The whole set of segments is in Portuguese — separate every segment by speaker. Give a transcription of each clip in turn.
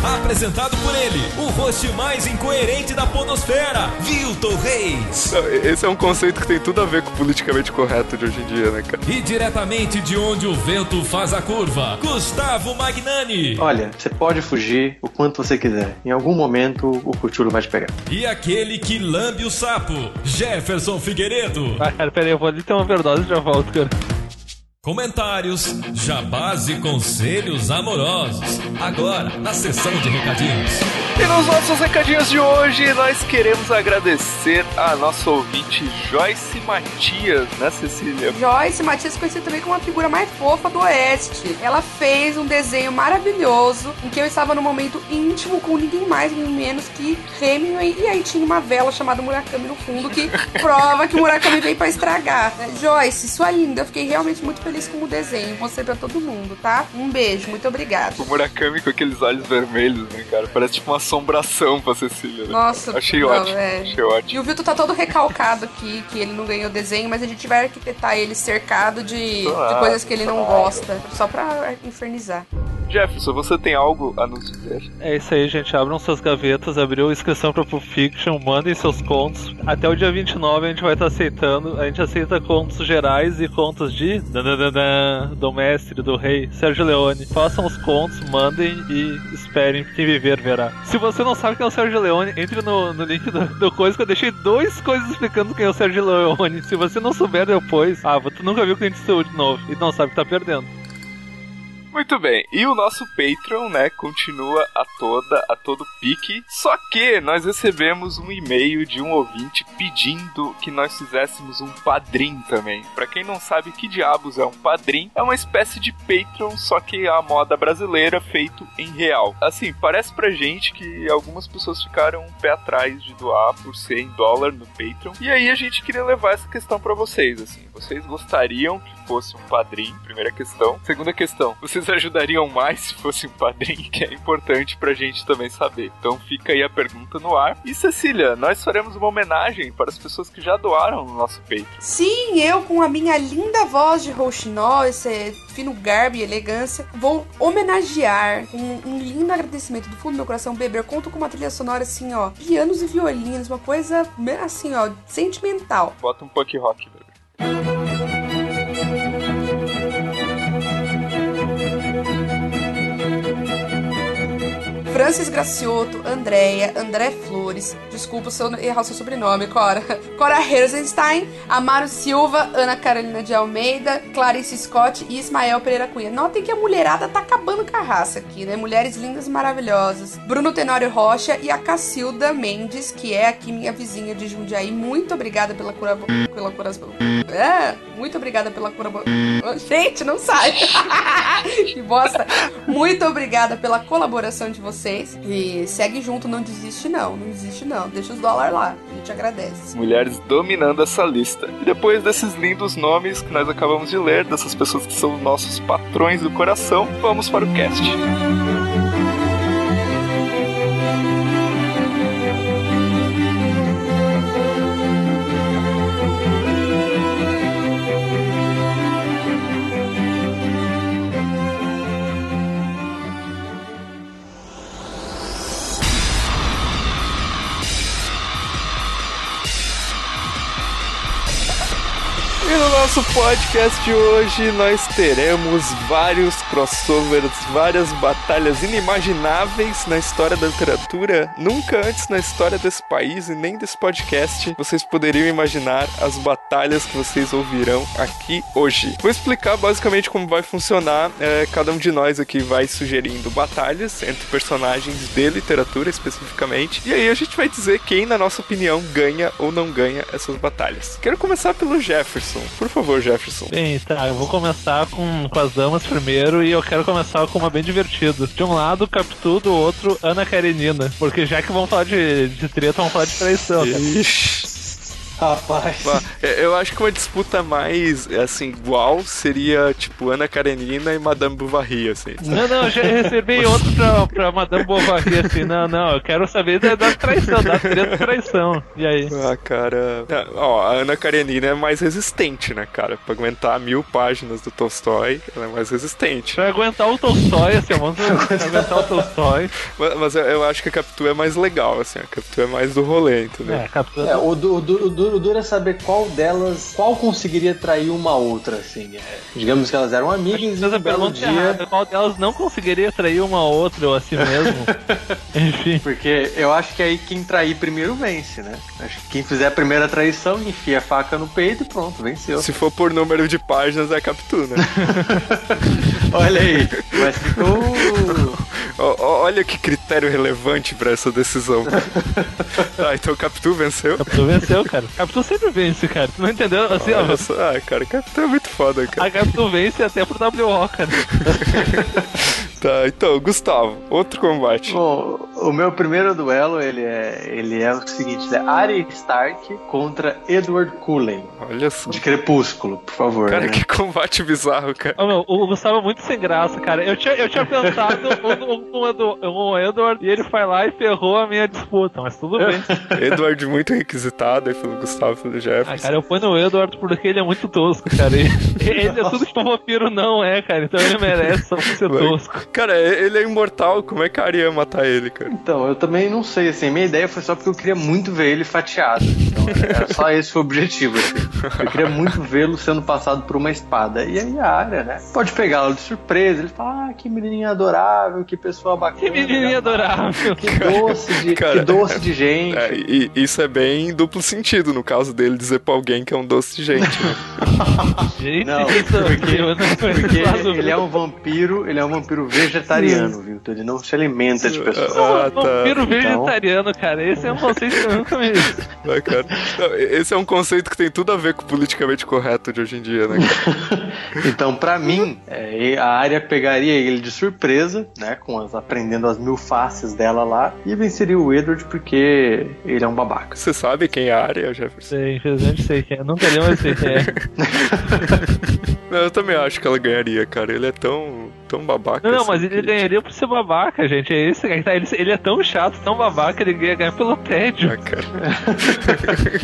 Speaker 1: Apresentado por ele, o host mais incoerente da podosfera, Vilton Reis.
Speaker 2: Esse é um conceito que tem tudo a ver com o politicamente correto de hoje em dia, né, cara?
Speaker 1: E diretamente de onde o vento faz a curva, Gustavo Magnani.
Speaker 3: Olha, você pode fugir o quanto você quiser. Em algum momento, o cutulo vai te pegar.
Speaker 1: E aquele que lambe o sapo, Jefferson Figueiredo.
Speaker 4: Ah, cara, peraí, eu vou ali ter uma overdose e já volto, cara.
Speaker 1: Comentários, jabás e conselhos amorosos. Agora, na sessão de recadinhos.
Speaker 2: E nos nossos recadinhos de hoje, nós queremos agradecer a nossa ouvinte Joyce Matias, né, Cecília?
Speaker 5: Joyce Matias é conhecida também como a figura mais fofa do Oeste. Ela fez um desenho maravilhoso em que eu estava num momento íntimo com ninguém mais, ninguém menos que Hemingway. E aí tinha uma vela chamada Murakami no fundo que prova que o Murakami veio para estragar. Joyce, sua linda, eu fiquei realmente muito feliz com o desenho. Mostrei pra todo mundo, tá? Um beijo, muito obrigada.
Speaker 2: O Murakami com aqueles olhos vermelhos, né, cara? Parece tipo uma assombração pra Cecília. Né?
Speaker 5: Nossa,
Speaker 2: achei
Speaker 5: não,
Speaker 2: ótimo.
Speaker 5: é.
Speaker 2: Achei ótimo.
Speaker 5: E o Vitor tá todo recalcado aqui, que ele não ganhou desenho, mas a gente vai arquitetar ele cercado de,
Speaker 2: Claro,
Speaker 5: de coisas que ele não
Speaker 2: claro.
Speaker 5: gosta. Só pra infernizar.
Speaker 2: Jefferson, você tem algo a nos dizer?
Speaker 4: É isso aí, gente. Abram suas gavetas, abriu inscrição pra Pulp Fiction, mandem seus contos. Até o dia 29 a gente vai estar aceitando. A gente aceita contos gerais e contos de dananana, do mestre, do rei, Sérgio Leone. Façam os contos, mandem e esperem quem viver verá. Se você não sabe quem é o Sérgio Leone, entre no, no link do, do coisa que eu deixei dois coisas explicando quem é o Sérgio Leone. Se você não souber depois, ah, tu nunca viu Clint Eastwood de novo e não sabe que tá perdendo.
Speaker 2: Muito bem, e o nosso Patreon, né, continua a toda, a todo pique. Só que nós recebemos um e-mail de um ouvinte pedindo que nós fizéssemos um padrim também. Pra quem não sabe que diabos é um padrim, é uma espécie de Patreon, só que a moda brasileira feito em real. Assim, parece pra gente que algumas pessoas ficaram um pé atrás de doar por ser em dólar no Patreon. E aí a gente queria levar essa questão pra vocês, assim. Vocês gostariam que fosse um padrinho? Primeira questão. Segunda questão, vocês ajudariam mais se fosse um padrinho? Que é importante pra gente também saber. Então fica aí a pergunta no ar. E Cecília, nós faremos uma homenagem para as pessoas que já doaram no nosso Patreon.
Speaker 5: Sim, eu com a minha linda voz de rouxinol, esse fino garbo e elegância, vou homenagear um, um lindo agradecimento do fundo do meu coração, Beber. Conto com uma trilha sonora assim, ó, pianos e violinos, uma coisa assim, ó, sentimental.
Speaker 2: Bota um punk rock, bebê.
Speaker 5: Francis Gracioto, Andréia, André Flores, desculpa se eu errar o seu sobrenome, Cora. Cora Herzenstein, Amaro Silva, Ana Carolina de Almeida, Clarice Scott e Ismael Pereira Cunha. Notem que a mulherada tá acabando com a raça aqui, né? Mulheres lindas e maravilhosas. Bruno Tenório Rocha e a Cacilda Mendes, que é aqui minha vizinha de Jundiaí. Muito obrigada pela cura... Pela cura... É, muito obrigada pela cura... Gente, não sai! que bosta! Muito obrigada pela colaboração de vocês. E segue junto, não desiste não, não desiste não. Deixa os dólares lá, a gente agradece.
Speaker 2: mulheres dominando essa lista. E depois desses lindos nomes que nós acabamos de ler, dessas pessoas que são nossos patrões do coração, vamos para o cast. E no nosso podcast de hoje nós teremos vários crossovers, várias batalhas inimagináveis na história da literatura. Nunca antes na história desse país e nem desse podcast vocês poderiam imaginar as batalhas que vocês ouvirão aqui hoje. Vou explicar basicamente como vai funcionar. É, cada um de nós aqui vai sugerindo batalhas entre personagens de literatura especificamente. E aí a gente vai dizer quem, na nossa opinião, ganha ou não ganha essas batalhas. Quero começar pelo Jefferson. Por favor, Jefferson.
Speaker 4: Bem, tá, eu vou começar com, com as damas primeiro e eu quero começar com uma bem divertida. De um lado, Capitu, do outro, né? Ana Karenina. Porque já que vão falar de, de treta, vão falar de traição. cara.
Speaker 3: Rapaz.
Speaker 2: Bah, é, Eu acho que uma disputa mais, assim, igual seria, tipo, Ana Karenina e Madame Bovary, assim.
Speaker 4: Não, não, eu já recebi outro pra, pra Madame Bovary assim. Não, não, eu quero saber da, da traição, da treta traição. E aí?
Speaker 2: Ah, cara. Ah, Ó, a Ana Karenina é mais resistente, né, cara? Pra aguentar mil páginas do Tolstói, ela é mais resistente.
Speaker 4: Pra aguentar o Tolstói, assim, eu mando pra aguentar o Tolstói.
Speaker 2: Mas, mas eu, eu acho que a Capitu é mais legal, assim. A Capitu é mais do rolê, entendeu?
Speaker 4: É, captura.
Speaker 3: É, o duro du, o duro- o duro é saber qual delas, qual conseguiria trair uma outra, assim. É, digamos que elas eram amigas e
Speaker 4: Mas a
Speaker 3: um belo
Speaker 4: pergunta é
Speaker 3: dia.
Speaker 4: errada, qual delas não conseguiria trair uma outra ou a si mesmo? Enfim.
Speaker 3: Porque eu acho que aí quem trair primeiro vence, né? Acho que quem fizer a primeira traição, enfia a faca no peito e pronto, venceu.
Speaker 2: Se for por número de páginas, é a Capitu, né?
Speaker 3: Olha aí, mas ficou.
Speaker 2: Ó, ó, olha que critério relevante pra essa decisão. tá, então o Capitu venceu.
Speaker 4: Capitão venceu, cara. Capitão sempre vence, cara. Tu não entendeu? Assim, ó,
Speaker 2: Olha só. Ah, cara, o Capitu é muito foda, cara.
Speaker 4: a Capitão vence até pro WO, cara.
Speaker 2: Tá, então, Gustavo, outro combate.
Speaker 3: Bom, o meu primeiro duelo ele é, ele é o seguinte: é Arya Stark contra Edward Cullen
Speaker 2: Olha só.
Speaker 3: de Crepúsculo, por favor.
Speaker 2: Cara,
Speaker 3: né?
Speaker 2: que combate bizarro, cara.
Speaker 4: Ô, meu, o Gustavo é muito sem graça, cara. Eu tinha, eu tinha pensado um, um, um, Edu- um Edward e ele foi lá e ferrou a minha disputa, mas tudo bem.
Speaker 2: Edward muito requisitado aí pelo Gustavo, pelo Jefferson.
Speaker 4: Ah, cara, eu ponho no Edward porque ele é muito tosco, cara. E- ele é tudo que o vampiro não é, cara. Então ele merece só por ser
Speaker 2: Vai.
Speaker 4: tosco.
Speaker 2: Cara, ele é imortal, como é que a Arya ia matar ele, cara?
Speaker 3: Então, eu também não sei, assim, minha ideia foi só porque eu queria muito ver ele fatiado. Então, era só esse o objetivo, assim. Eu queria muito vê-lo sendo passado por uma espada. E aí a área, né? Pode pegá-lo de surpresa, ele fala, ah, que menininha adorável, que pessoa bacana. né?
Speaker 4: Que menininha adorável.
Speaker 3: Que doce de,
Speaker 2: Cara,
Speaker 3: que doce de gente.
Speaker 2: É, e isso é bem duplo sentido, no caso dele dizer pra alguém que é um doce de gente. né?
Speaker 4: Gente,
Speaker 3: Não,
Speaker 4: isso
Speaker 3: porque-
Speaker 4: eu não conheço
Speaker 3: Porque
Speaker 4: esse lado
Speaker 3: ele é um vampiro, ele é um vampiro vegetariano, viu? Então ele não se alimenta de pessoas.
Speaker 2: Ah,
Speaker 4: Vampiro
Speaker 3: tá.
Speaker 4: vegetariano, cara. Esse é um conceito que eu nunca me.
Speaker 2: Tá, cara. Não, Esse é um conceito que tem tudo a ver com o politicamente correto de hoje em dia, né? cara?
Speaker 3: Então, pra mim, é, a área pegaria ele de surpresa, né? Com as, aprendendo as mil faces dela lá, e venceria o Edward porque ele é um babaca.
Speaker 2: Você sabe quem é a Arya, Jefferson?
Speaker 4: Sei, infelizmente sei quem é. Nunca li, mas sei quem é.
Speaker 2: Não, eu também acho que ela ganharia, cara. Ele é tão, tão babaca.
Speaker 4: Não, não,
Speaker 2: assim,
Speaker 4: mas ele
Speaker 2: que-
Speaker 4: ganharia por ser babaca, gente. É isso, cara. Ele, ele é tão chato, tão babaca, ele ganha ganha pelo tédio.
Speaker 2: Ah, cara.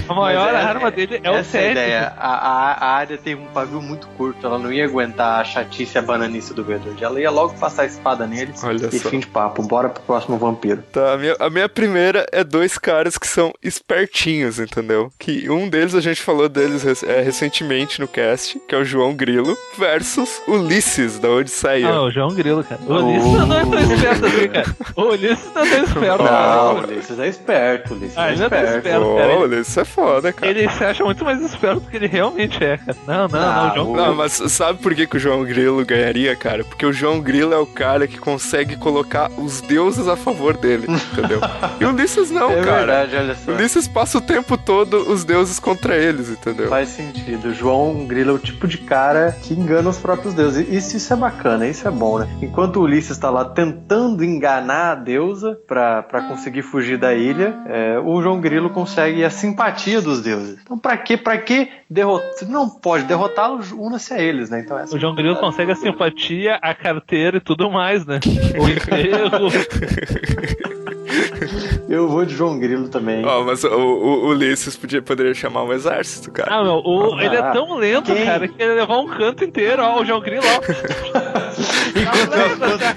Speaker 4: A maior
Speaker 3: Mas é-
Speaker 4: arma dele é o
Speaker 3: essa a
Speaker 4: tédio.
Speaker 3: ideia. A, a, a área tem um pavio muito curto, ela não ia aguentar a chatice e a bananice do Edward. Ela ia logo passar a espada nele
Speaker 2: Olha
Speaker 3: e
Speaker 2: só.
Speaker 3: fim de papo. Bora pro próximo vampiro.
Speaker 2: Tá, a minha, a minha primeira é dois caras que são espertinhos, entendeu? Que um deles a gente falou deles rec- é, recentemente no cast, que é o João Grilo, versus Ulisses da Odisseia.
Speaker 4: Ah, o João Grilo, cara. O Ulisses não é tão esperto assim, cara. O Ulisses não é tão esperto. cara.
Speaker 3: Não, o Ulisses é esperto, o Ulisses
Speaker 4: Ah,
Speaker 3: é
Speaker 4: ele não tá
Speaker 3: esperto.
Speaker 4: esperto. cara,
Speaker 2: oh,
Speaker 4: ele-
Speaker 2: Ulisses é foda, cara.
Speaker 4: Ele se acha muito mais esperto do que ele realmente é, cara. Não, não, não,
Speaker 3: Ah,
Speaker 4: o João
Speaker 3: o-
Speaker 4: Grilo.
Speaker 2: Não, mas sabe por que, que o João Grilo ganharia, cara? Porque o João Grilo é o cara que consegue colocar os deuses a favor dele, entendeu? E o Ulisses não,
Speaker 3: é
Speaker 2: cara.
Speaker 3: verdade, olha só.
Speaker 2: O Ulisses passa o tempo todo os deuses contra eles, entendeu?
Speaker 3: Faz sentido. O João Grilo é o tipo de cara que engana os próprios deuses. Isso, isso é bacana, isso é bom, né? Enquanto o Ulisses tá lá tentando enganar a deusa pra, pra conseguir fugir da ilha, é, o João Grilo consegue a simpatia dos deuses. Então, pra que pra que derrotar? Você não pode derrotá-los, una-se a eles, né? Então, essa
Speaker 4: O João Grilo consegue a simpatia, a carteira e tudo mais, né? O enterro.
Speaker 3: Eu vou de João Grilo também.
Speaker 2: Ó, mas o, o- o Ulisses podia, poderia chamar um exército, cara.
Speaker 4: Ah, meu, o- ele é tão lento,
Speaker 3: Quem?
Speaker 4: cara, que ele levou um canto inteiro, ó, o João Grilo, ó.
Speaker 3: Tá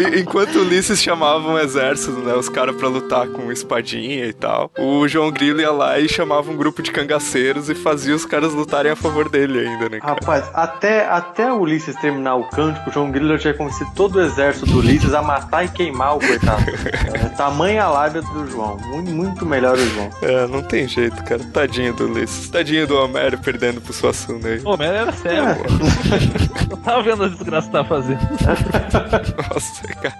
Speaker 2: Não, e- enquanto o Ulisses chamava um exército, né, os caras pra lutar com espadinha e tal, o João Grilo ia lá e chamava um grupo de cangaceiros e fazia os caras lutarem a favor dele ainda, né, cara?
Speaker 3: Rapaz, até, até o Ulisses terminar o cântico, o João Grilo já tinha convencido todo o exército do Ulisses a matar e queimar o coitado. É, tamanha lábia do João. Muito, muito melhor o João.
Speaker 2: É, não tem jeito, cara. Tadinho do Ulisses. Tadinho do Homero perdendo pro Suassuna aí.
Speaker 4: Pô, mas era sério,
Speaker 2: É.
Speaker 4: pô. Eu tava vendo a desgraça que tá fazendo.
Speaker 2: Nossa, cara.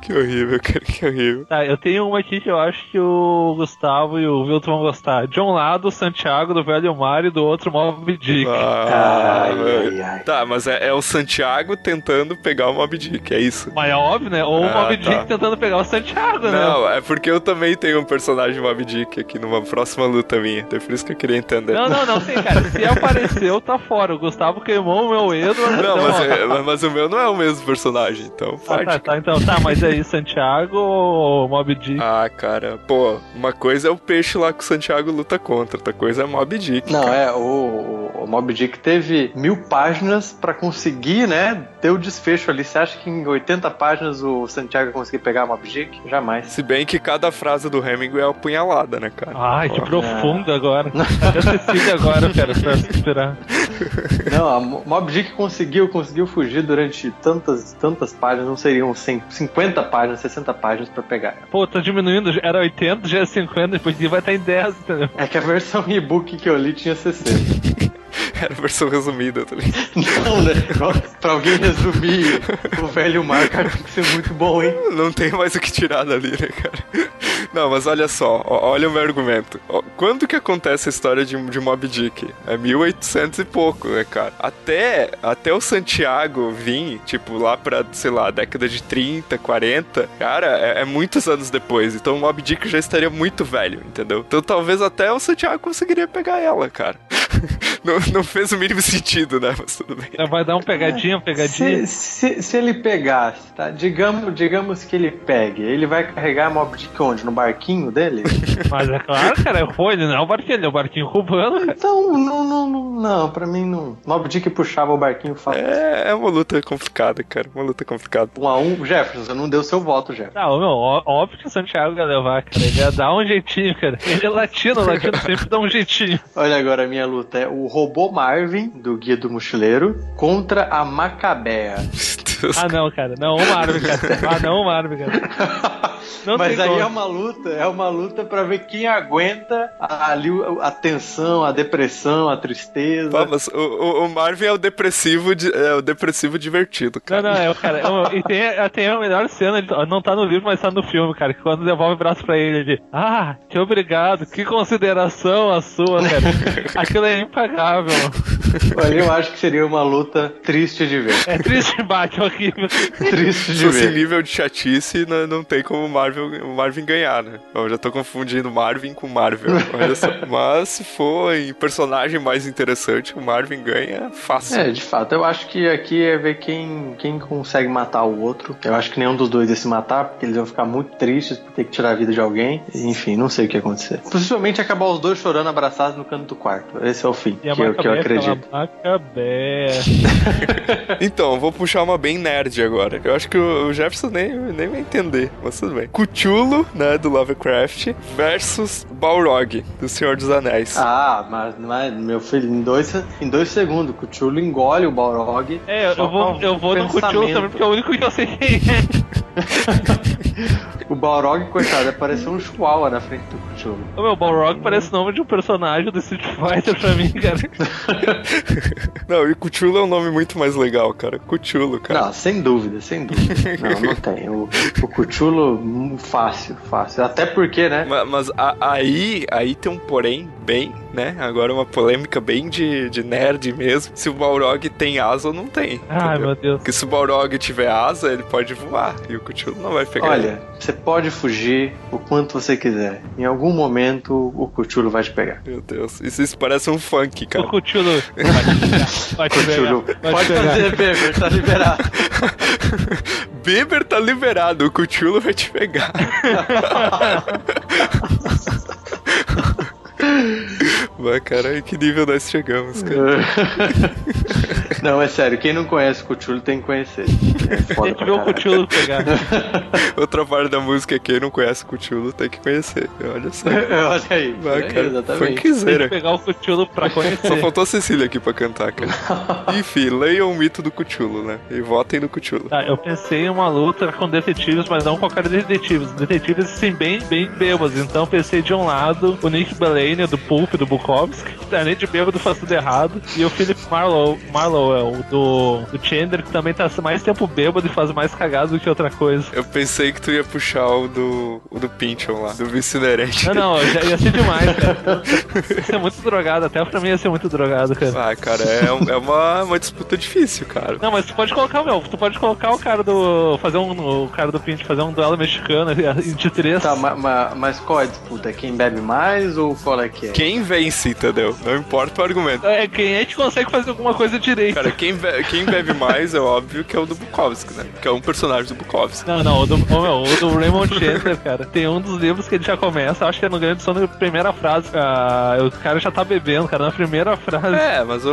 Speaker 2: Que horrível, cara, que horrível.
Speaker 4: Tá, eu tenho uma aqui que eu acho que o Gustavo e o Vilton vão gostar. De um lado, Santiago do Velho Mar e do outro, Mob Dick.
Speaker 2: Ah,
Speaker 3: Ai,
Speaker 2: mano.
Speaker 3: ai, ai.
Speaker 2: Tá, mas é, é o Santiago tentando pegar o Mob Dick, é isso.
Speaker 4: Mas é óbvio, né? Ou o
Speaker 2: Ah,
Speaker 4: Mob
Speaker 2: tá.
Speaker 4: Dick tentando pegar o Santiago, né?
Speaker 2: Não, é porque eu também tenho um personagem Mob Dick aqui numa próxima luta minha. É por isso que eu queria entender.
Speaker 4: Não, não, não tem, cara. Se apareceu, tá fora. O Gustavo queimou o meu Edo.
Speaker 2: Não,
Speaker 4: ó.
Speaker 2: mas, é- mas o meu não é o mesmo personagem, então
Speaker 4: Ah, tá,
Speaker 2: parte.
Speaker 4: tá, então, tá, mas aí, Santiago ou Mob Dick?
Speaker 2: Ah, cara, pô, uma coisa é o peixe lá que o Santiago luta contra, outra coisa é Mob Dick.
Speaker 3: Não, é, o, o- o Mob Dick teve mil páginas pra conseguir, né, ter o desfecho ali. Você acha que em 80 páginas o Santiago ia conseguir pegar o Mob Dick? Jamais.
Speaker 2: Se bem que cada frase do Hemingway é uma punhalada, né, cara?
Speaker 4: Ai, que
Speaker 2: Pô.
Speaker 4: profundo agora. Eu decidi agora, cara, pra respirar.
Speaker 3: Não, a Mo- Mob Dick conseguiu, conseguiu fugir durante tantas, tantas páginas, não seriam 100, 50 páginas, 60 páginas pra pegar. ela.
Speaker 4: Pô, tá diminuindo, era 80, já é 50, depois vai estar em 10, entendeu?
Speaker 3: É que a versão e-book que eu li tinha 60.
Speaker 4: Ah.
Speaker 2: Era a versão resumida, tá ligado?
Speaker 3: Não, né? Igual- Pra alguém resumir o velho mar, cara, tem que ser muito bom, hein?
Speaker 2: Não tem mais o que tirar dali, né, cara? Não, mas olha só, ó, olha o meu argumento. Ó, Quando que acontece a história de, de Mob Dick? É 1800 e pouco, né, cara? Até, até o Santiago vir, tipo, lá pra, sei lá, década de 30, 40, cara, é, é muitos anos depois. Então o Mob Dick já estaria muito velho, entendeu? Então talvez até o Santiago conseguiria pegar ela, cara. não, não fez o mínimo sentido, né? Mas tudo bem.
Speaker 4: Já Vai dar um pegadinha, uma
Speaker 3: Se,
Speaker 4: pegadinha.
Speaker 3: se, se ele pegasse, tá? Digamos, digamos que ele pegue, ele vai carregar a Mob Dick onde? No barquinho dele?
Speaker 4: Mas é claro, cara, é foi, ele não é o barquinho, ele é o barquinho cubano, cara.
Speaker 3: Então, não, não, não, não, pra mim não. Mob Dick puxava o barquinho fácil.
Speaker 2: É, é uma luta complicada, cara. Uma luta complicada.
Speaker 3: Um a um, Jefferson, você não deu seu voto, Jefferson.
Speaker 4: Não, Ah, meu, ó- óbvio que o Santiago ia levar, cara. Ele ia dar um jeitinho, cara. Ele é latino, o latino sempre dá um jeitinho.
Speaker 3: Olha agora a minha luta é o robô Marvin do Guia do Mochileiro contra a Macabea.
Speaker 2: Meu Deus,
Speaker 4: Ah, não, cara. Não, o Marvel, cara. Ah, não, o Marvel, cara. Não
Speaker 3: Mas
Speaker 4: tem
Speaker 3: aí
Speaker 4: como.
Speaker 3: é uma luta, é uma luta pra ver quem aguenta a- ali o- a tensão, a depressão, a tristeza.
Speaker 2: Pá, mas o, o, o Marvin é o depressivo, de- é o depressivo divertido, cara.
Speaker 4: Não, não, é o cara. é o- e tem, a- tem a melhor cena, ele não tá no livro, mas tá no filme, cara. Que quando devolve o braço pra ele, ele. Ah, que obrigado, que consideração a sua, cara. Aquilo é impagável.
Speaker 3: Olha, eu acho que seria uma luta triste de ver.
Speaker 4: É triste bate horrível.
Speaker 3: Triste
Speaker 2: Se
Speaker 3: de
Speaker 2: esse
Speaker 3: ver.
Speaker 2: nível de chatice, não, não tem como o Marvel, o Marvin ganhar, né? Eu já tô confundindo Marvin com Marvel. olha só. Mas se for em personagem mais interessante, o Marvin ganha fácil.
Speaker 3: É, de fato, eu acho que aqui é ver quem, quem consegue matar o outro. Eu acho que nenhum dos dois ia se matar, porque eles iam ficar muito tristes por ter que tirar a vida de alguém. Enfim, não sei o que ia acontecer. Possivelmente acabar os dois chorando abraçados no canto do quarto. Esse é o fim,
Speaker 4: E a
Speaker 3: que, eu, que eu
Speaker 4: Macabé, aquela
Speaker 3: acredito.
Speaker 4: Macabé.
Speaker 2: Então, vou puxar uma bem nerd agora. Eu acho que o o Jefferson nem, nem vai entender, mas tudo bem. Cthulhu, né, do Lovecraft, versus Balrog, do Senhor dos Anéis.
Speaker 3: Ah, mas, mas, meu filho, em dois, em dois segundos, o Chulo engole o Balrog.
Speaker 4: É, eu
Speaker 3: Só
Speaker 4: vou,
Speaker 3: com
Speaker 4: eu vou no Cthulhu
Speaker 3: pensamento.
Speaker 4: também, porque é o único que eu sei quem é.
Speaker 3: O Balrog, coitado, apareceu um chihuahua na frente do Cthulhu.
Speaker 4: O meu Balrog parece o nome de um personagem do Street Fighter pra mim, cara.
Speaker 2: Não, e Cthulhu é um nome muito mais legal, cara. Cthulhu, cara.
Speaker 3: Não, sem dúvida, sem dúvida. Não, não tem. O, o Cthulhu, hum, fácil, fácil. Até porque, né?
Speaker 2: Ma- Mas, a- aí, aí tem um porém bem, né? Agora uma polêmica bem de, de nerd mesmo. Se o Balrog tem asa ou não tem.
Speaker 4: Ai,
Speaker 2: entendeu?
Speaker 4: Ah, meu Deus.
Speaker 2: Porque se o Balrog tiver asa, ele pode voar. E o Cthulhu não vai pegar. ele.
Speaker 3: Olha, você pode fugir o quanto você quiser. Em algum momento, o Cthulhu vai te pegar.
Speaker 2: Meu Deus. Isso, isso parece um funk,
Speaker 4: O
Speaker 2: cara.
Speaker 4: Cthulhu. Vai te pegar.
Speaker 3: Cthulhu,
Speaker 4: Vai te pegar.
Speaker 3: pode fazer, Beber, tá liberado.
Speaker 2: Bieber tá liberado, o Cthulhu vai te pegar. Mas, caralho, que nível nós chegamos, cara.
Speaker 3: não, é sério, quem não conhece o Cthulhu tem que conhecer. É foda
Speaker 4: Tem que ver o
Speaker 3: pra caralho.
Speaker 4: Cthulhu pegar.
Speaker 2: Outra parte da música, quem não conhece o Cthulhu tem que conhecer. Olha só.
Speaker 3: Olha aí,
Speaker 2: Vai,
Speaker 3: é,
Speaker 2: cara.
Speaker 3: exatamente.
Speaker 4: Tem que
Speaker 2: Funkzeira.
Speaker 4: pegar o Cthulhu pra
Speaker 2: Só
Speaker 4: conhecer.
Speaker 2: faltou a Cecília aqui pra cantar, cara. Enfim, leiam o mito do Cthulhu, né? E votem no Cthulhu.
Speaker 4: Tá, eu pensei em uma luta com detetives, mas não qualquer detetives. Detetives, assim, bem, bem bêbados. Então pensei de um lado o Nick Belane do Pulp, do Bukowski. além de bêbado, faz tudo errado. E o Philip Marlowe, Marlowe é o do, do Chandler, que também tá mais tempo bêbado e faz mais cagado do que outra coisa.
Speaker 2: Eu pensei que tu ia puxar o do, o do Pinchon lá, do vice inerente.
Speaker 4: Não, não, já ia ser demais, cara. Ia ser muito drogado, até pra mim ia ser muito drogado, cara.
Speaker 2: Ah, cara, é, um- é uma, uma disputa difícil, cara.
Speaker 4: Não, mas tu pode colocar, meu, tu pode colocar o cara do. fazer um. O cara do Pinch fazer um duelo mexicano de três.
Speaker 3: Tá, ma, ma- mas qual é a disputa? É Quem bebe mais ou qual é que é?
Speaker 2: Quem vence, entendeu? Não importa o argumento.
Speaker 4: É, quem é que consegue fazer alguma coisa direito?
Speaker 2: Cara, quem, be- quem bebe mais é óbvio que é o do Bukowski, né? Que é um personagem do Bukowski.
Speaker 4: Não, não, o do, ô, meu, o do Raymond Chandler, cara, tem um dos livros que ele já começa, acho que é no Grande Sono, na primeira frase, ah, o cara já tá bebendo, cara, na primeira frase.
Speaker 2: É, mas o,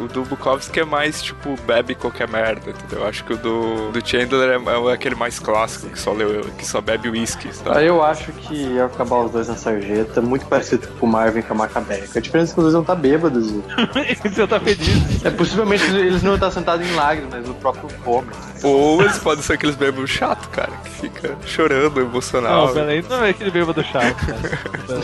Speaker 2: o, o do Bukowski é mais tipo bebe qualquer merda, entendeu? Acho que o do, do Chandler é, é aquele mais clássico que só leu, que só bebe uísque, tá?
Speaker 3: Ah,
Speaker 2: sabe?
Speaker 3: Eu acho que ia acabar os dois na sarjeta, muito parecido com o Marvin e com a Macabeca. A diferença é que os dois vão estar bêbados.
Speaker 4: Você tá feliz.
Speaker 3: É, possivelmente eles não vão estar sentados em lágrimas no próprio né? vômito.
Speaker 2: Ou eles podem ser aqueles bêbados chato, cara, que fica chorando, emocional.
Speaker 4: Não, peraí, não é aquele bêbado chato, cara. Peraí.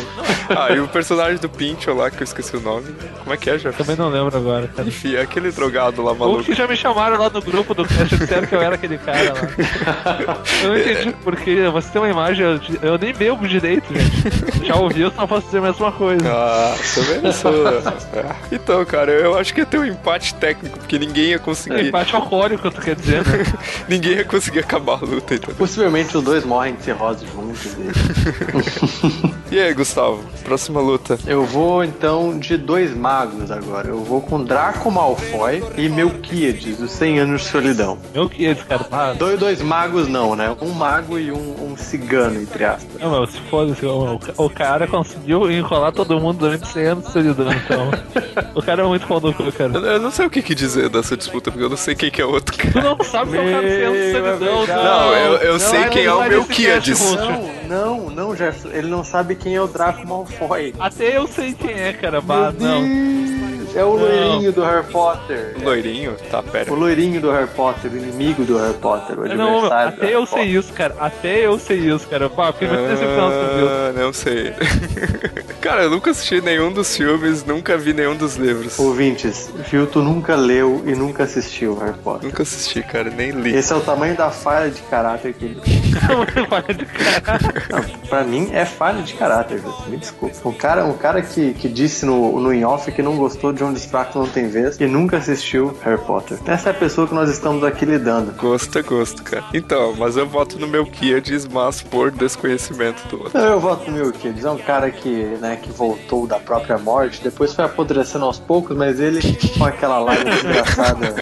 Speaker 4: Não,
Speaker 2: ah, e o personagem do Pincho lá, que eu esqueci o nome. Como é que é, Jefferson?
Speaker 4: também não lembro agora, cara.
Speaker 2: Enfim, é aquele drogado lá
Speaker 4: Ou
Speaker 2: maluco.
Speaker 4: que já me chamaram lá no grupo do cast, disseram que eu era aquele cara lá. Eu não entendi porque você tem uma imagem, eu, eu nem bebo direito, gente. Já ouvi, eu só posso dizer a mesma coisa.
Speaker 2: Ah, também não sou. Ah, Então, cara, eu acho que ia ter um empate técnico, porque ninguém ia
Speaker 4: É
Speaker 2: conseguir.
Speaker 4: empate alcoólico, tu quer dizer, né?
Speaker 2: ninguém ia conseguir acabar a luta, entendeu?
Speaker 3: Possivelmente os dois morrem de cirrose juntos. e-
Speaker 2: E aí, Gustavo, próxima luta.
Speaker 3: Eu vou então de dois magos agora. Eu vou com Draco Malfoy e Melquiades, dos 100 anos de solidão.
Speaker 4: Meu que esse cara tá.
Speaker 3: Dois, dois magos não, né? Um mago e um, um cigano, entre aspas.
Speaker 4: Não, meu, se foda, se, o, o cara conseguiu enrolar todo mundo durante 100 anos de solidão, então. O cara é muito pau no cu, cara.
Speaker 2: Eu- Eu não sei o que, que dizer dessa disputa, porque eu não sei quem que é o outro
Speaker 4: Tu
Speaker 2: cara.
Speaker 4: não sabe que é o cara de 100
Speaker 3: Meu,
Speaker 4: anos de
Speaker 3: é
Speaker 4: solidão,
Speaker 3: verdade.
Speaker 2: Não, eu, eu
Speaker 4: Não,
Speaker 2: sei
Speaker 4: não,
Speaker 2: quem é
Speaker 4: não
Speaker 2: o
Speaker 4: vai
Speaker 2: meu
Speaker 4: nesse cast,
Speaker 2: Kids.
Speaker 4: Ruth.
Speaker 3: Não, não, não, Jefferson. Ele não sabe quem é o Draco Malfoy.
Speaker 4: Até eu sei quem é, cara. Bah, não.
Speaker 3: Deus, É o loirinho do Harry Potter.
Speaker 2: Loirinho? Tá, pera.
Speaker 3: O loirinho do Harry Potter, o inimigo do Harry Potter, o adversário.
Speaker 4: Não, meu,
Speaker 3: do
Speaker 4: até
Speaker 3: Harry
Speaker 4: eu
Speaker 3: Potter.
Speaker 4: sei isso, cara. Até eu sei isso, cara. Pá, fiquei muito decepcionado com isso.
Speaker 2: Ah, não sei. cara, eu nunca assisti nenhum dos filmes, nunca vi nenhum dos livros.
Speaker 3: Ouvintes, viu? Tu nunca leu e nunca assistiu Harry Potter.
Speaker 2: Nunca assisti, cara, nem li.
Speaker 3: Esse é o tamanho da falha de caráter que ele tem.
Speaker 4: Para de cara.
Speaker 3: Pra mim, é falha de caráter, viu? me desculpa. Um cara, um cara que, que disse no, no In Off que não gostou de onde Spraco não tem vez e nunca assistiu Harry Potter. Essa é a pessoa que nós estamos aqui lidando.
Speaker 2: Gosto é gosto, cara. Então, mas eu voto no meu Kids, mas por desconhecimento do outro.
Speaker 3: Então, Eu voto no Milkids, é um cara que, né, que voltou da própria morte, depois foi apodrecendo aos poucos, mas ele com aquela lágrima engraçada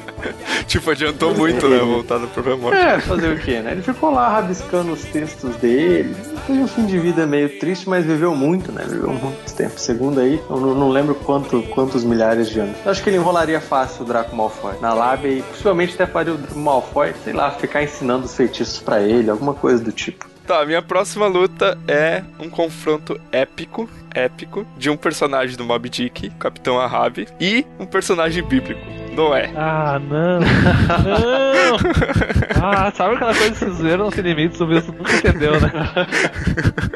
Speaker 2: tipo, adiantou muito, né? Voltar no programa morte.
Speaker 3: É, fazer o quê, né? Ele ficou lá rabiscando os textos dele. Teve um fim de vida meio triste, mas viveu muito, né? Viveu muito tempo. Segundo aí, eu não, não lembro quanto, quantos milhares de anos. Eu acho que ele enrolaria fácil o Draco Malfoy na lábia e possivelmente até faria o Draco Malfoy, sei lá, ficar ensinando os feitiços pra ele, alguma coisa do tipo.
Speaker 2: Tá, minha próxima luta é um confronto épico, épico, de um personagem do Mob Dick, Capitão Ahab, e um personagem bíblico, Noé.
Speaker 4: Ah, não. Não. Ah, sabe aquela coisa de cinzeiro não tem limites? O mesmo nunca entendeu, né?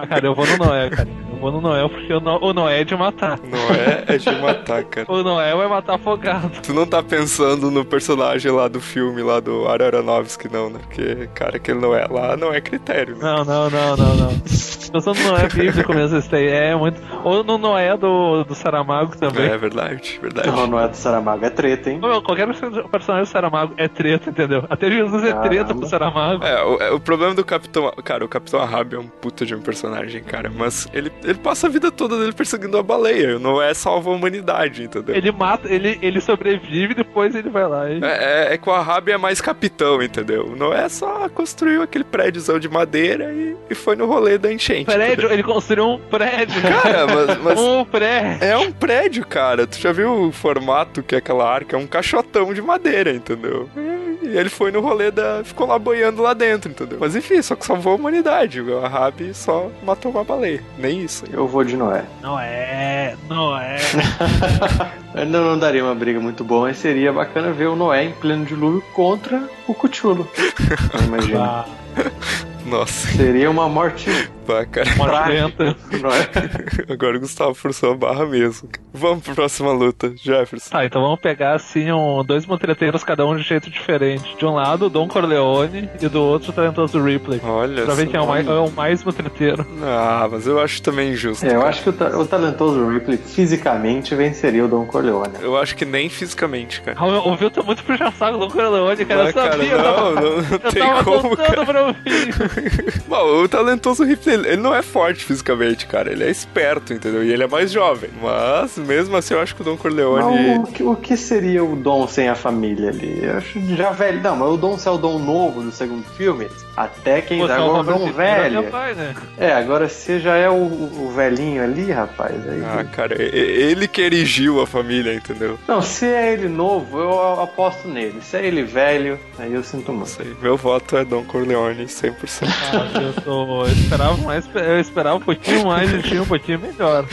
Speaker 4: Ah, cara, eu vou no Noé, cara. Eu vou no Noé porque o, No- o Noé é de matar.
Speaker 2: Noé é de matar, cara.
Speaker 4: O Noé vai matar afogado.
Speaker 2: Tu não tá pensando no personagem lá do filme, lá do Araronovski, não, né? Porque, cara, aquele Noé lá não é critério, né?
Speaker 4: Não, não, não, não, não. Pensando no Noé bíblico mesmo, esse daí é muito. Ou no Noé do, do Saramago também.
Speaker 2: É verdade, verdade.
Speaker 3: Ah, Não, não é do Saramago, é treta, hein?
Speaker 4: Ô, meu, Qualquer personagem do Saramago é treta, entendeu? Até Jesus é treta
Speaker 3: Caramba.
Speaker 4: pro Saramago.
Speaker 2: É, o, é, o problema do Capitão. Cara, o Capitão Ahab é um puta de um personagem, cara. Mas ele, ele passa a vida toda dele perseguindo a baleia. Não é salva a humanidade, entendeu?
Speaker 4: Ele mata, ele, ele sobrevive depois ele vai lá e.
Speaker 2: É, é, é que o Ahab é mais capitão, entendeu? Não é só construiu aquele prédiozão de madeira e, e foi no rolê da enchente.
Speaker 4: Prédio, ele construiu um prédio.
Speaker 2: Cara, mas- mas-
Speaker 4: Um prédio.
Speaker 2: É um prédio, cara. Tu já viu o formato que é aquela arca? É um caixotão de madeira, entendeu? E e ele foi no rolê da. ficou lá boiando lá dentro, entendeu? Mas enfim, só que salvou a humanidade. O Ahab só matou uma baleia. Nem isso.
Speaker 3: Eu vou de Noé.
Speaker 4: Não é, não é.
Speaker 3: Eu Não, não daria uma briga muito boa, mas seria bacana ver o Noé em pleno dilúvio contra o Cutulo. Imagina.
Speaker 4: Ah,
Speaker 2: Nossa.
Speaker 3: Seria uma morte é?
Speaker 2: Opa, cara.
Speaker 4: Uma venta.
Speaker 2: Agora o Gustavo forçou a barra mesmo. Vamos pra próxima luta, Jefferson.
Speaker 4: Tá, então vamos pegar assim um, dois motreteiros, cada um de um jeito diferente. De um lado, o Don Corleone e do outro, o talentoso Ripley.
Speaker 2: Olha
Speaker 4: Pra ver
Speaker 2: só.
Speaker 4: quem é o mais, é o mais motreteiro.
Speaker 2: Ah, mas eu acho também injusto.
Speaker 3: É, eu
Speaker 2: cara.
Speaker 3: acho que o, ta- o talentoso Ripley fisicamente venceria o Don Corleone.
Speaker 2: Eu acho que nem fisicamente, cara.
Speaker 4: Ah, o Vitor tá muito puxando o saco do Don Corleone, cara.
Speaker 2: Ah,
Speaker 4: eu sabia, eu
Speaker 2: não, não,
Speaker 4: tava,
Speaker 2: não
Speaker 4: eu
Speaker 2: tem
Speaker 4: tava
Speaker 2: como,
Speaker 4: contando
Speaker 2: cara.
Speaker 4: pra ouvir.
Speaker 2: Bom, o talentoso Ripley, ele ele não é forte fisicamente, cara. Ele é esperto, entendeu? E ele é mais jovem. Mas, mesmo assim, eu acho que o Don
Speaker 3: Não,
Speaker 2: Corleone...
Speaker 3: o, que, o que seria o Dom sem a família ali? Eu acho já velho. Não, mas o Dom se é o Dom novo do segundo filme, até quem
Speaker 4: Pô,
Speaker 3: sabe
Speaker 4: só
Speaker 3: agora
Speaker 2: um
Speaker 3: é o
Speaker 4: Robert
Speaker 3: Dom
Speaker 4: Downey
Speaker 3: um velho.
Speaker 4: já vai, né?
Speaker 3: É, agora você já é o, o velhinho ali, rapaz. Aí...
Speaker 2: Ah, cara, e- e- ele que erigiu a família, entendeu?
Speaker 3: Não, se é ele novo, eu aposto nele. Se é ele velho, aí eu sinto
Speaker 2: Não
Speaker 3: muito.
Speaker 2: sei. Meu voto é Don Corleone, 100%.
Speaker 4: Ah, eu, tô- eu esperava mais, eu esperava um pouquinho mais e tinha um pouquinho melhor.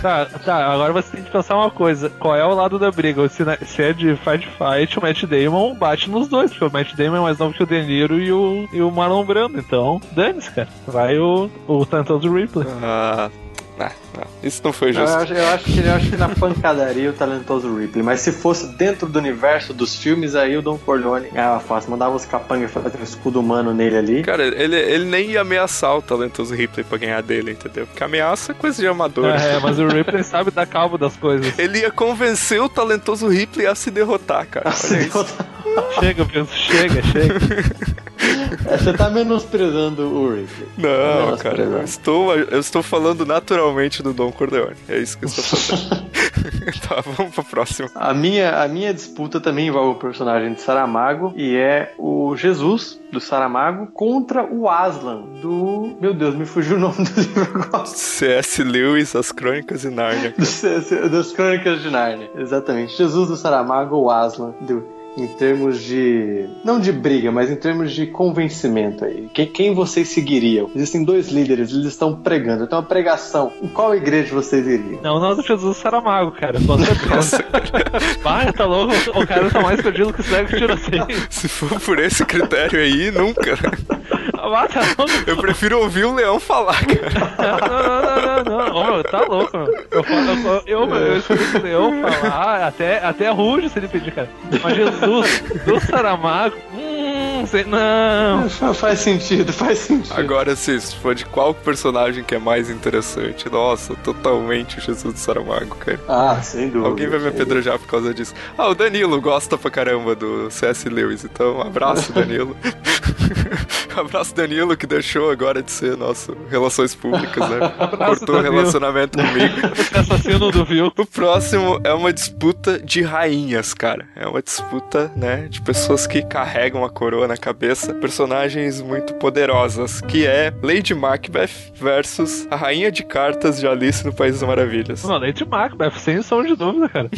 Speaker 4: tá, tá, agora você tem que pensar uma coisa: qual é o lado da briga? Se, na- se é de Fight Fight, o Matt Damon bate nos dois, porque o Matt Damon é mais novo que o De Niro e o, e o Marlon Brando. Então, dane-se, cara. Vai o, o talentoso Ripley.
Speaker 2: Ah, ah, ah, isso não foi
Speaker 3: Eu
Speaker 2: justo.
Speaker 3: acho, eu acho que, eu acho que na pancadaria o talentoso Ripley, mas se fosse dentro do universo dos filmes, aí o Don Corleone ganhava fácil, mandava os capangas fazer um escudo humano nele ali.
Speaker 2: Cara, ele, ele nem ia ameaçar o talentoso Ripley pra ganhar dele, entendeu? Porque ameaça é coisa de amador.
Speaker 4: É, mas o Ripley sabe dar cabo das coisas.
Speaker 2: Ele ia convencer o talentoso Ripley a se derrotar, cara. Olha isso.
Speaker 4: Chega, eu penso, chega, chega.
Speaker 3: É, Você tá menosprezando o Ripley.
Speaker 2: Não,
Speaker 3: Nossa,
Speaker 2: cara, eu
Speaker 3: perdão.
Speaker 2: estou, eu estou falando naturalmente do Dom Corleone. É isso que eu estou fazendo. tá, vamos pro próximo.
Speaker 3: A minha, a minha disputa também envolve o personagem de Saramago e é o Jesus do Saramago contra o Aslan do. Meu Deus, me fugiu o nome do livro agora.
Speaker 2: C.S. Lewis, As Crônicas e Nárnia.
Speaker 3: das Crônicas de Narnia. Exatamente. Jesus do Saramago ou Aslan do- em termos de. não de briga, mas em termos de convencimento aí. Que- quem vocês seguiriam? Existem dois líderes, eles estão pregando. Então, uma pregação. Em qual igreja vocês iriam?
Speaker 4: Não, não, do Jesus Saramago, cara, com certeza. Vai, tá louco? O cara tá mais perdido que o cego que tira assim.
Speaker 2: Se for por esse critério aí, nunca.
Speaker 4: Ah, tá louco?
Speaker 2: Eu prefiro ouvir o leão falar, cara.
Speaker 4: Não, não, não, não, não. Ô, meu, tá louco, meu. Eu, falo- eu, eu, meu, eu escuto o Leão falar, até, até ruge se ele pedir, cara. Mas Jesus, do Saramago, hum, sei, não.
Speaker 3: Fa- Faz sentido, faz sentido.
Speaker 2: Agora, se isso for de qual personagem que é mais interessante, nossa, totalmente o Jesus do Saramago, cara.
Speaker 3: Ah, sem dúvida.
Speaker 2: Alguém vai me apedrejar por causa disso. Ah, o Danilo gosta pra caramba do C.S. Lewis, então abraço, Danilo. abraço, Danilo, que deixou agora de ser nosso Relações Públicas, né? Cortou o
Speaker 4: Danilo.
Speaker 2: relacionamento comigo.
Speaker 4: Esse é assassino do Vil.
Speaker 2: O próximo é uma disputa de rainhas, cara. É uma disputa, né, de pessoas que carregam a coroa na cabeça, personagens muito poderosas, que é Lady Macbeth versus a rainha de cartas de Alice no País das Maravilhas.
Speaker 4: Mano, Lady Macbeth, sem som de dúvida, cara.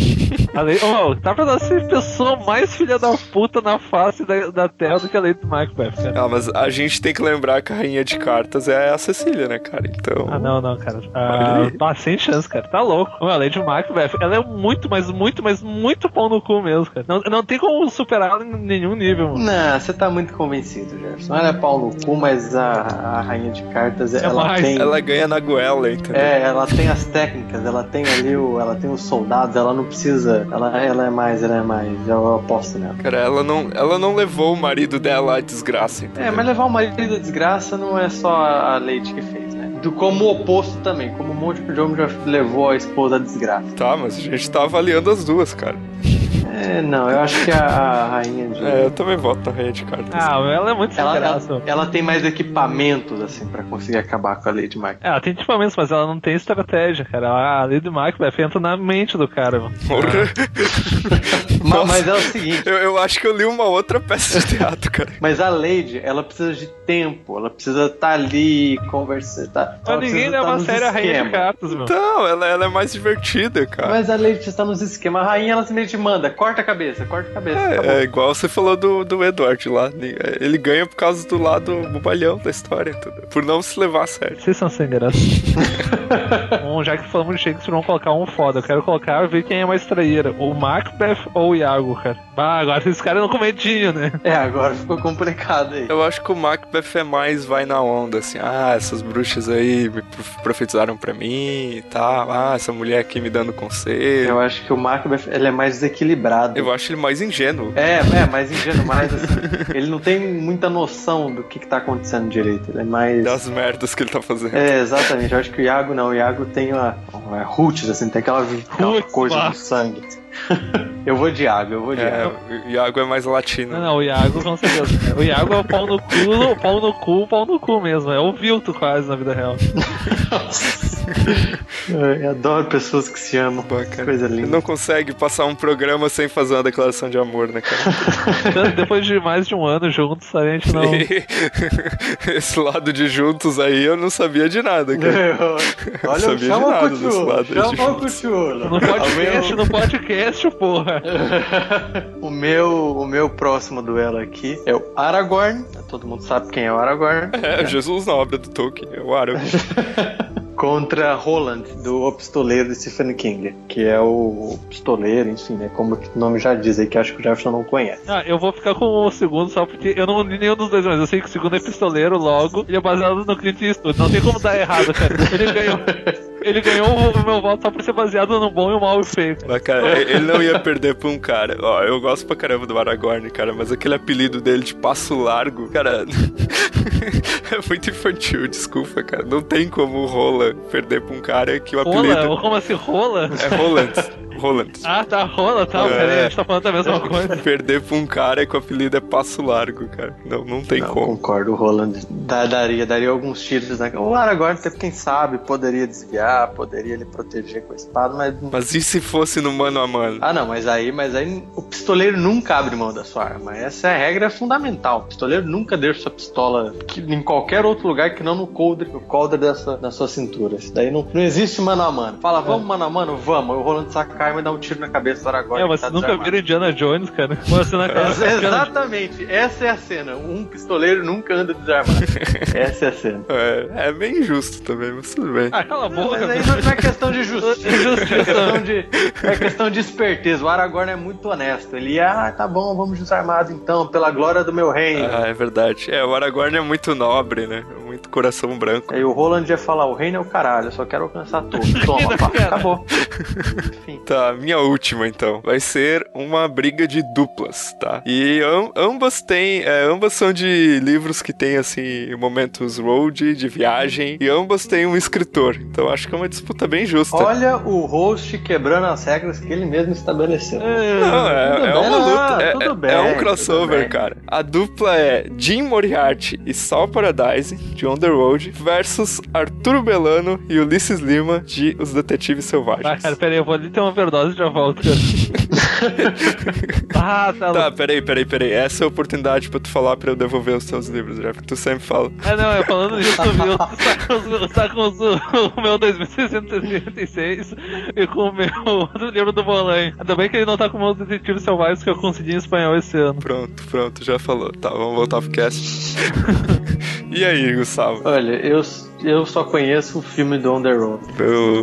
Speaker 4: A Lady, oh, tá pra dar ser pessoa mais filha da puta na face da, da terra do que a Lady Macbeth, cara.
Speaker 2: Ah, mas a gente tem que lembrar que a rainha de cartas é a Cecília, né, cara? Então.
Speaker 4: Ah, não, não, cara. Ah,
Speaker 2: Olha
Speaker 4: ah, sem chance, cara. Tá louco. Meu, a Lady Macbeth, ela é muito, mas muito, mas muito pão no cu mesmo, cara. Não, não tem como superar ela em nenhum nível, mano.
Speaker 3: Não, você tá muito convencido, Jefferson. Ela é pau no cu, mas a, a rainha de cartas,
Speaker 4: É
Speaker 3: ela
Speaker 4: mais,
Speaker 3: tem.
Speaker 2: Ela ganha na goela, entendeu?
Speaker 3: É, ela tem as técnicas, ela tem ali o, ela tem os soldados, ela não precisa, ela, ela é mais, ela é mais, eu aposto nela.
Speaker 2: Cara, ela não, ela não levou o marido dela à desgraça, entendeu?
Speaker 3: É, mas levar o marido da desgraça não é só a Leite que fez, né? Do como oposto também, como um monte de homem já levou a esposa à desgraça.
Speaker 2: Tá, mas a gente tá avaliando as duas, cara.
Speaker 3: É, não, eu acho que a, a rainha de
Speaker 2: É, eu também voto na rainha de cartas.
Speaker 4: Ah, mas ela é muito sem
Speaker 3: ela, ela,
Speaker 4: graça. mano.
Speaker 3: ela tem mais equipamentos assim pra conseguir acabar com a Lady Macbeth.
Speaker 4: É, Ela tem equipamentos, mas ela não tem estratégia, cara. A Lady Macbeth entra na mente do cara, mano.
Speaker 2: Porra.
Speaker 3: Ma-
Speaker 2: Nossa.
Speaker 3: Mas é o seguinte,
Speaker 2: Eu, eu acho que eu li uma outra peça de teatro, cara.
Speaker 3: Mas a Lady, ela precisa de tempo, ela precisa estar ali, conversar. Tá, ela
Speaker 4: Mas
Speaker 3: precisa
Speaker 4: ninguém
Speaker 3: tá
Speaker 4: leva a
Speaker 3: nos
Speaker 4: sério a rainha de
Speaker 3: esquemas.
Speaker 4: cartas, meu.
Speaker 2: Então, ela, ela é mais divertida, cara.
Speaker 3: Mas a Lady está nos esquemas. A rainha, ela simplesmente manda, corta corta a cabeça, corta a cabeça. acabou.
Speaker 2: É, é igual você falou do, do Edward lá. Ele- é, Ele ganha por causa do lado bobalhão da história, entendeu? Por não se levar a sério.
Speaker 4: Vocês são sem graça. Bom, já que falamos de Shakespeare, vamos colocar um foda. Eu quero colocar, ver quem é mais traíra. O Macbeth ou o Iago, cara. Bah, agora esse cara não comedinho, né?
Speaker 3: É, agora ficou complicado aí.
Speaker 2: Eu acho que o Macbeth é mais vai na onda, assim. Ah, essas bruxas aí me prof- profetizaram pra mim e tal. Ah, essa mulher aqui me dando conselho.
Speaker 3: Eu acho que o Macbeth ele é mais desequilibrado.
Speaker 2: Eu acho ele mais ingênuo.
Speaker 3: É, é, mais ingênuo, mais assim. Ele não tem muita noção do que, que tá acontecendo direito. Ele é mais.
Speaker 2: Das merdas que ele tá fazendo.
Speaker 3: É, exatamente. Eu acho que o Iago não. O Iago tem uma, uma roots, assim, tem aquela, aquela
Speaker 4: Roots,
Speaker 3: coisa
Speaker 4: lá.
Speaker 3: do sangue. eu vou de Iago, eu vou de
Speaker 2: É,
Speaker 3: Iago.
Speaker 2: o Iago é mais latino.
Speaker 4: Não, não, o Iago, com certeza. O Iago é o pau no cu, o pau no cu, o pau no cu mesmo. É o Vilto quase na vida real.
Speaker 3: Eu adoro pessoas que se amam.
Speaker 2: Pô, cara,
Speaker 3: Coisa
Speaker 2: Ele
Speaker 3: linda.
Speaker 2: não consegue passar um programa sem fazer uma declaração de amor, né, cara?
Speaker 4: Tanto Depois de mais de um ano juntos, a gente não.
Speaker 2: Esse lado de juntos aí eu não sabia de nada,
Speaker 3: É.
Speaker 2: cara.
Speaker 3: Eu-
Speaker 2: Eu
Speaker 3: Olha,
Speaker 2: sabia de
Speaker 3: chama o
Speaker 2: nada desse lado tipo,
Speaker 3: Cutiolo,
Speaker 2: aí,
Speaker 3: chama o
Speaker 2: gente.
Speaker 3: Cutiolo.
Speaker 4: No podcast, no podcast, porra.
Speaker 3: o meu, o meu próximo duelo aqui é o Aragorn. Todo mundo sabe quem é o Aragorn.
Speaker 2: É, Jesus na obra do Tolkien, é o árabe.
Speaker 3: contra Roland, do O Pistoleiro de Stephen King, que é o pistoleiro, enfim, né? Como o nome já diz aí, que acho que o Jefferson não conhece.
Speaker 4: Ah, eu vou ficar com o segundo só porque eu não li nenhum dos dois, mas eu sei que o segundo é pistoleiro logo. Ele é baseado no Clint Eastwood. Não tem como dar errado, cara. Ele ganhou. Ele ganhou o meu voto só por ser baseado no bom e o mal e feio. cara.
Speaker 2: Mas, cara, ele não ia perder pra um cara. Ó, eu gosto pra caramba do Aragorn, cara, mas aquele apelido dele de passo largo, cara, é muito infantil, desculpa, cara. Não tem como o Roland perder pra um cara que o apelido
Speaker 4: Rola? Como assim, rola?
Speaker 2: é Roland. Roland.
Speaker 4: Ah, tá, rola, tá.
Speaker 2: É.
Speaker 4: Peraí, a gente tá falando da mesma coisa.
Speaker 2: Perder pra um cara que o apelido é passo largo, cara. Não, não tem
Speaker 3: Não,
Speaker 2: como.
Speaker 3: concordo, o Roland da- daria, daria alguns tiros, né? O Aragorn, até quem sabe, poderia desviar, poderia ele proteger com a espada, mas...
Speaker 2: Mas e se fosse no mano a mano?
Speaker 3: Ah, não, mas aí, mas aí o pistoleiro nunca abre mão da sua arma. Essa é a regra fundamental. O pistoleiro nunca deixa sua pistola que- em qualquer outro lugar que não no coldre, no coldre da sua, na sua cintura. Isso daí não, não existe mano a mano. Fala, vamos mano a mano? Vamos. Aí O Rolando saca a arma e dá um tiro na cabeça do Aragorn.
Speaker 4: É,
Speaker 3: que
Speaker 4: mas
Speaker 3: tá
Speaker 4: vocês nunca
Speaker 3: desarmado.
Speaker 4: viram Indiana Jones, cara. Você na cara.
Speaker 3: Essa- Exatamente, essa é a cena. Um pistoleiro nunca anda desarmado. essa é a cena.
Speaker 2: É, é bem injusto também, mas tudo bem.
Speaker 4: Ah, cala a
Speaker 3: Não,
Speaker 4: boca,
Speaker 3: mas aí
Speaker 4: cara.
Speaker 3: não é questão de justiça.
Speaker 4: Injustiça.
Speaker 3: É questão de, é questão de esperteza. O Aragorn é muito honesto. Ele, ah, tá bom, vamos desarmado então, pela glória do meu reino.
Speaker 2: Ah, é verdade. É, o Aragorn é muito nobre, né? É Muito coração branco.
Speaker 3: Aí o Roland ia falar, o reino é o caralho, eu só quero alcançar tudo. Toma, pá, acabou.
Speaker 2: Tá, minha última então. Vai ser uma briga de duplas, tá? E am- ambas têm. é, ambas são de livros que tem, assim, momentos road, de viagem. E ambas têm um escritor. Então acho que é uma disputa bem justa.
Speaker 3: Olha o host quebrando as regras que ele mesmo estabeleceu.
Speaker 2: Não,
Speaker 3: Tudo
Speaker 2: é, é
Speaker 3: bem,
Speaker 2: uma luta.
Speaker 3: não,
Speaker 2: É,
Speaker 3: tudo
Speaker 2: é-
Speaker 3: bem,
Speaker 2: é um
Speaker 3: tudo
Speaker 2: crossover,
Speaker 3: bem.
Speaker 2: cara. A dupla é Jim Moriarty e Sal Paradise, de On The Road, versus Arturo Belano e Ulisses Lima, de Os Detetives
Speaker 4: Ah,
Speaker 2: Selvagens.
Speaker 4: cara, peraí, eu vou ali ter uma overdose e já volto, cara. ah, tá,
Speaker 2: Tá,
Speaker 4: louco.
Speaker 2: peraí, peraí, peraí. Essa é a oportunidade pra tu falar pra eu devolver os teus livros, já que tu sempre fala.
Speaker 4: Ah, não, eu falando disso, viu? Tá com, os, tá com os- o meu 2686 e com o meu outro livro do Bolanho. Ainda bem que ele não tá com o meu detetive selvagem que eu consegui em espanhol esse ano.
Speaker 2: Pronto, pronto, já falou. Tá, vamos voltar pro cast. e aí, Gustavo?
Speaker 3: Olha, eu, eu só conheço o filme do On The Road.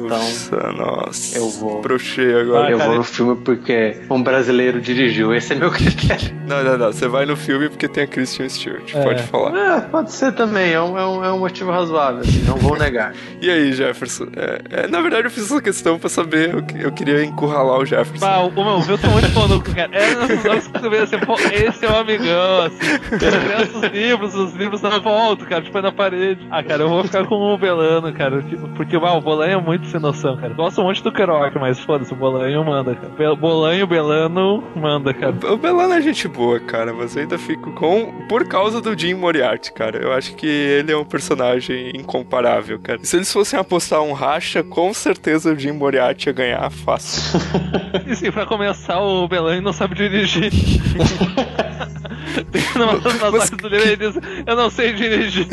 Speaker 2: Nossa, nossa.
Speaker 3: Então, eu vou-
Speaker 2: Brochei agora.
Speaker 3: Eu
Speaker 4: cara,
Speaker 3: vou no filme porque um brasileiro dirigiu. Esse é meu critério.
Speaker 2: Não, não, não. Você vai no filme porque tem a Christian Stewart.
Speaker 4: É.
Speaker 2: Pode falar.
Speaker 3: É, pode ser também, é um, é um, é um motivo razoável, assim, não vou negar.
Speaker 2: E aí, Jefferson? É, é, na verdade, eu fiz essa questão pra saber. Eu, que- eu queria encurralar o Jefferson.
Speaker 4: Bah, o o meu, eu tô muito pau no cu, cara. É, nessas horas que tu vê assim, pô, esse é um amigão, assim. Eu peço os livros, os livros na volta, cara, tipo, é na parede. Ah, cara, eu vou ficar com o Belano, cara, tipo, porque, bah, o Bolanho é muito sem noção, cara. Gosto muito do Kerouac, mas foda-se, o Bolanho manda, cara. Bel- Bolanho, Belano, manda, cara.
Speaker 2: O Belano é gente boa, cara, mas eu ainda fico com. Por causa do Jim Moriarty, cara. Eu acho que ele é um personagem incomparável, cara. Se eles fossem apostar um racha, com certeza o Jim Moriarty ia ganhar fácil.
Speaker 4: E sim, pra começar, o Belano não sabe dirigir. Não, nas Mas do livro ele diz, eu não sei dirigir.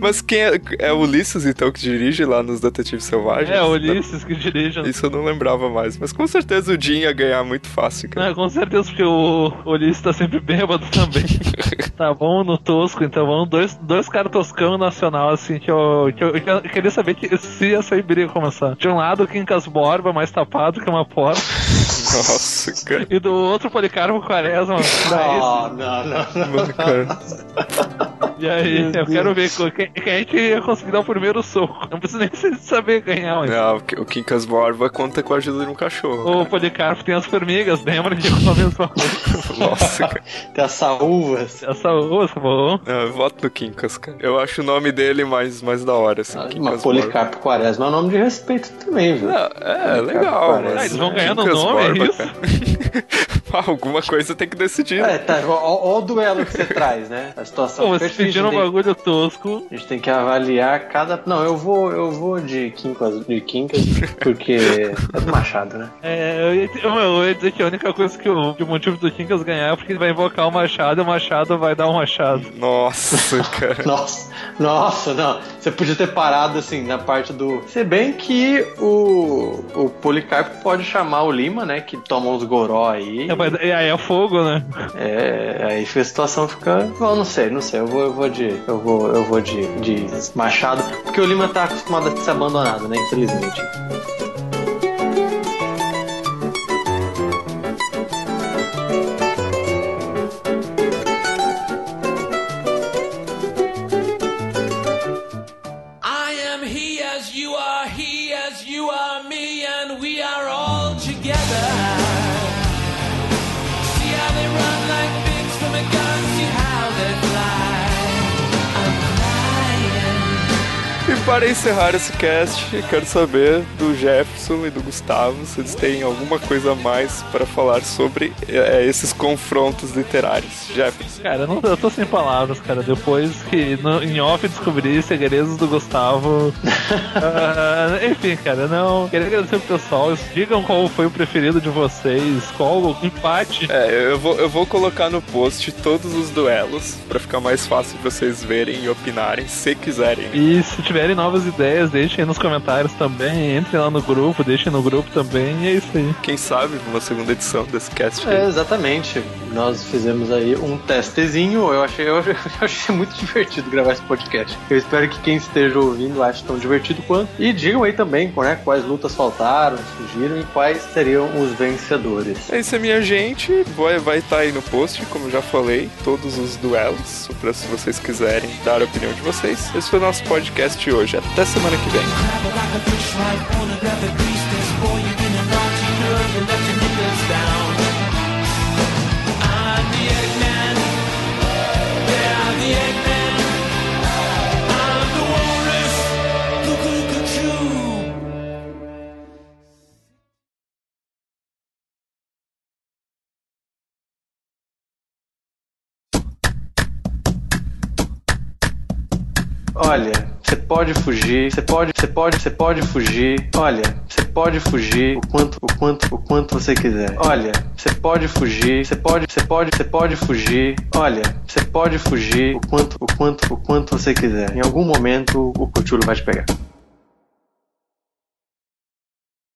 Speaker 2: Mas quem é, é o Ulisses, então, que dirige lá nos Detetives Selvagens?
Speaker 4: É, o Ulisses que dirige.
Speaker 2: tá- Isso eu não lembrava mais. Mas com certeza o Jim ia ganhar muito fácil, cara.
Speaker 4: Não, com certeza, porque o Ulisses tá sempre bêbado também. tá bom no tosco, então vamos. Dois, dois caras toscão nacional, assim, que eu, que eu, que eu queria saber que, se essa aí briga começar. De um lado, o Quincas Borba, mais tapado que uma porta. É.
Speaker 2: Nossa, cara.
Speaker 4: E do outro, Policarpo Quaresma.
Speaker 3: Não, não, não, não.
Speaker 2: Mano, cara.
Speaker 4: E aí, eu quero ver co- quem, quem é que ia conseguir dar o primeiro soco. Não precisa nem se- saber ganhar, mas...
Speaker 2: Não, Ah, o Ki- o Quincas Borba conta com a ajuda de um cachorro.
Speaker 4: O Policarpo tem as formigas, lembra que eu falei essa coisa?
Speaker 2: Nossa, cara.
Speaker 3: Tem as saúvas.
Speaker 4: Essa ossa, bom.
Speaker 2: Não, Ah, eu voto no Quincas, cara. Eu acho o nome dele mais, mais da hora, assim.
Speaker 4: Ah,
Speaker 3: Mas
Speaker 2: Quincas Borba.
Speaker 3: Policarpo Quaresma é um nome de respeito também, viu?
Speaker 2: Ah, é, legal.
Speaker 3: Parece.
Speaker 2: mas
Speaker 3: Ah,
Speaker 4: eles vão ganhar no
Speaker 2: Quincas
Speaker 4: nome, é
Speaker 2: Borba,
Speaker 4: isso?
Speaker 2: cara. Ah, Alguma coisa tem que decidir. né?
Speaker 3: É, tá, ó, ó- ó o duelo que você traz, né? A situação
Speaker 4: Pô, vocês
Speaker 3: perfeita,
Speaker 4: pediram um
Speaker 3: né?
Speaker 4: bagulho tosco.
Speaker 3: A gente tem que avaliar cada. Não, eu vou, eu vou de quincas, de quincas porque é do Machado, né?
Speaker 4: É, eu ia, dizer- meu, eu ia dizer que a única coisa que o, que o motivo do Kinkas ganhar é porque ele vai invocar o Machado e o Machado vai dar um Machado.
Speaker 2: Nossa, cara.
Speaker 3: Nossa, nossa, não. Você podia ter parado assim na parte do. Se bem que o, o Policarpo pode chamar o Lima, né? Que toma uns goró aí.
Speaker 4: É, mas- E aí é fogo, né?
Speaker 3: É, aí a situação fica. Bom, não sei, não sei. Eu vou, eu vou de. Eu vou, eu vou de, de Machado. Porque o Lima tá acostumado a ser abandonado, né? Infelizmente.
Speaker 6: I am he as you are, he as you are me, and we are all together. See how they run like pigs from a gun, see how they fly.
Speaker 2: E para encerrar esse cast, eu quero saber do Jefferson e do Gustavo se eles têm alguma coisa a mais para falar sobre eh, esses confrontos literários. Jefferson.
Speaker 4: Cara, eu, não, eu tô sem palavras, cara. Depois que no- em off descobri segredos do Gustavo. Ah, enfim, cara, não. Queria agradecer pro pessoal. Digam qual foi o preferido de vocês, qual o empate.
Speaker 2: É, eu vou, eu vou colocar no post todos os duelos para ficar mais fácil pra vocês verem e opinarem se quiserem. né?
Speaker 4: E se tiverem novas ideias, deixem aí nos comentários também. Entrem lá no grupo, deixem no grupo também. E é isso aí.
Speaker 2: Quem sabe uma segunda edição desse cast.
Speaker 3: É, exatamente. Nós fizemos aí um testezinho. Eu achei, eu, achei muito divertido gravar esse podcast. Eu espero que quem esteja ouvindo ache tão divertido quanto. E digam aí também né, quais lutas faltaram, surgiram e quais seriam os vencedores.
Speaker 2: É isso, minha gente. Vai estar vai tá aí no post, como eu já falei, todos os duelos, para se vocês quiserem dar a opinião de vocês. Esse foi o nosso podcast de hoje. Até semana que vem.
Speaker 6: Travel like a fish right on a leather grease, this boy you been a naughty girl, you let your niggas down. I'm the Eggman, yeah, I'm the Eggman. I'm the walrus, cuckoo, cuckoo.
Speaker 3: Olha, você pode fugir, você pode, você pode, você pode fugir. Olha, você pode fugir o quanto, o quanto, o quanto você quiser. Olha, você pode fugir, você pode, você pode, você pode fugir. Olha, você pode fugir o quanto, o quanto, o quanto você quiser. Em algum momento o cochulo vai te pegar.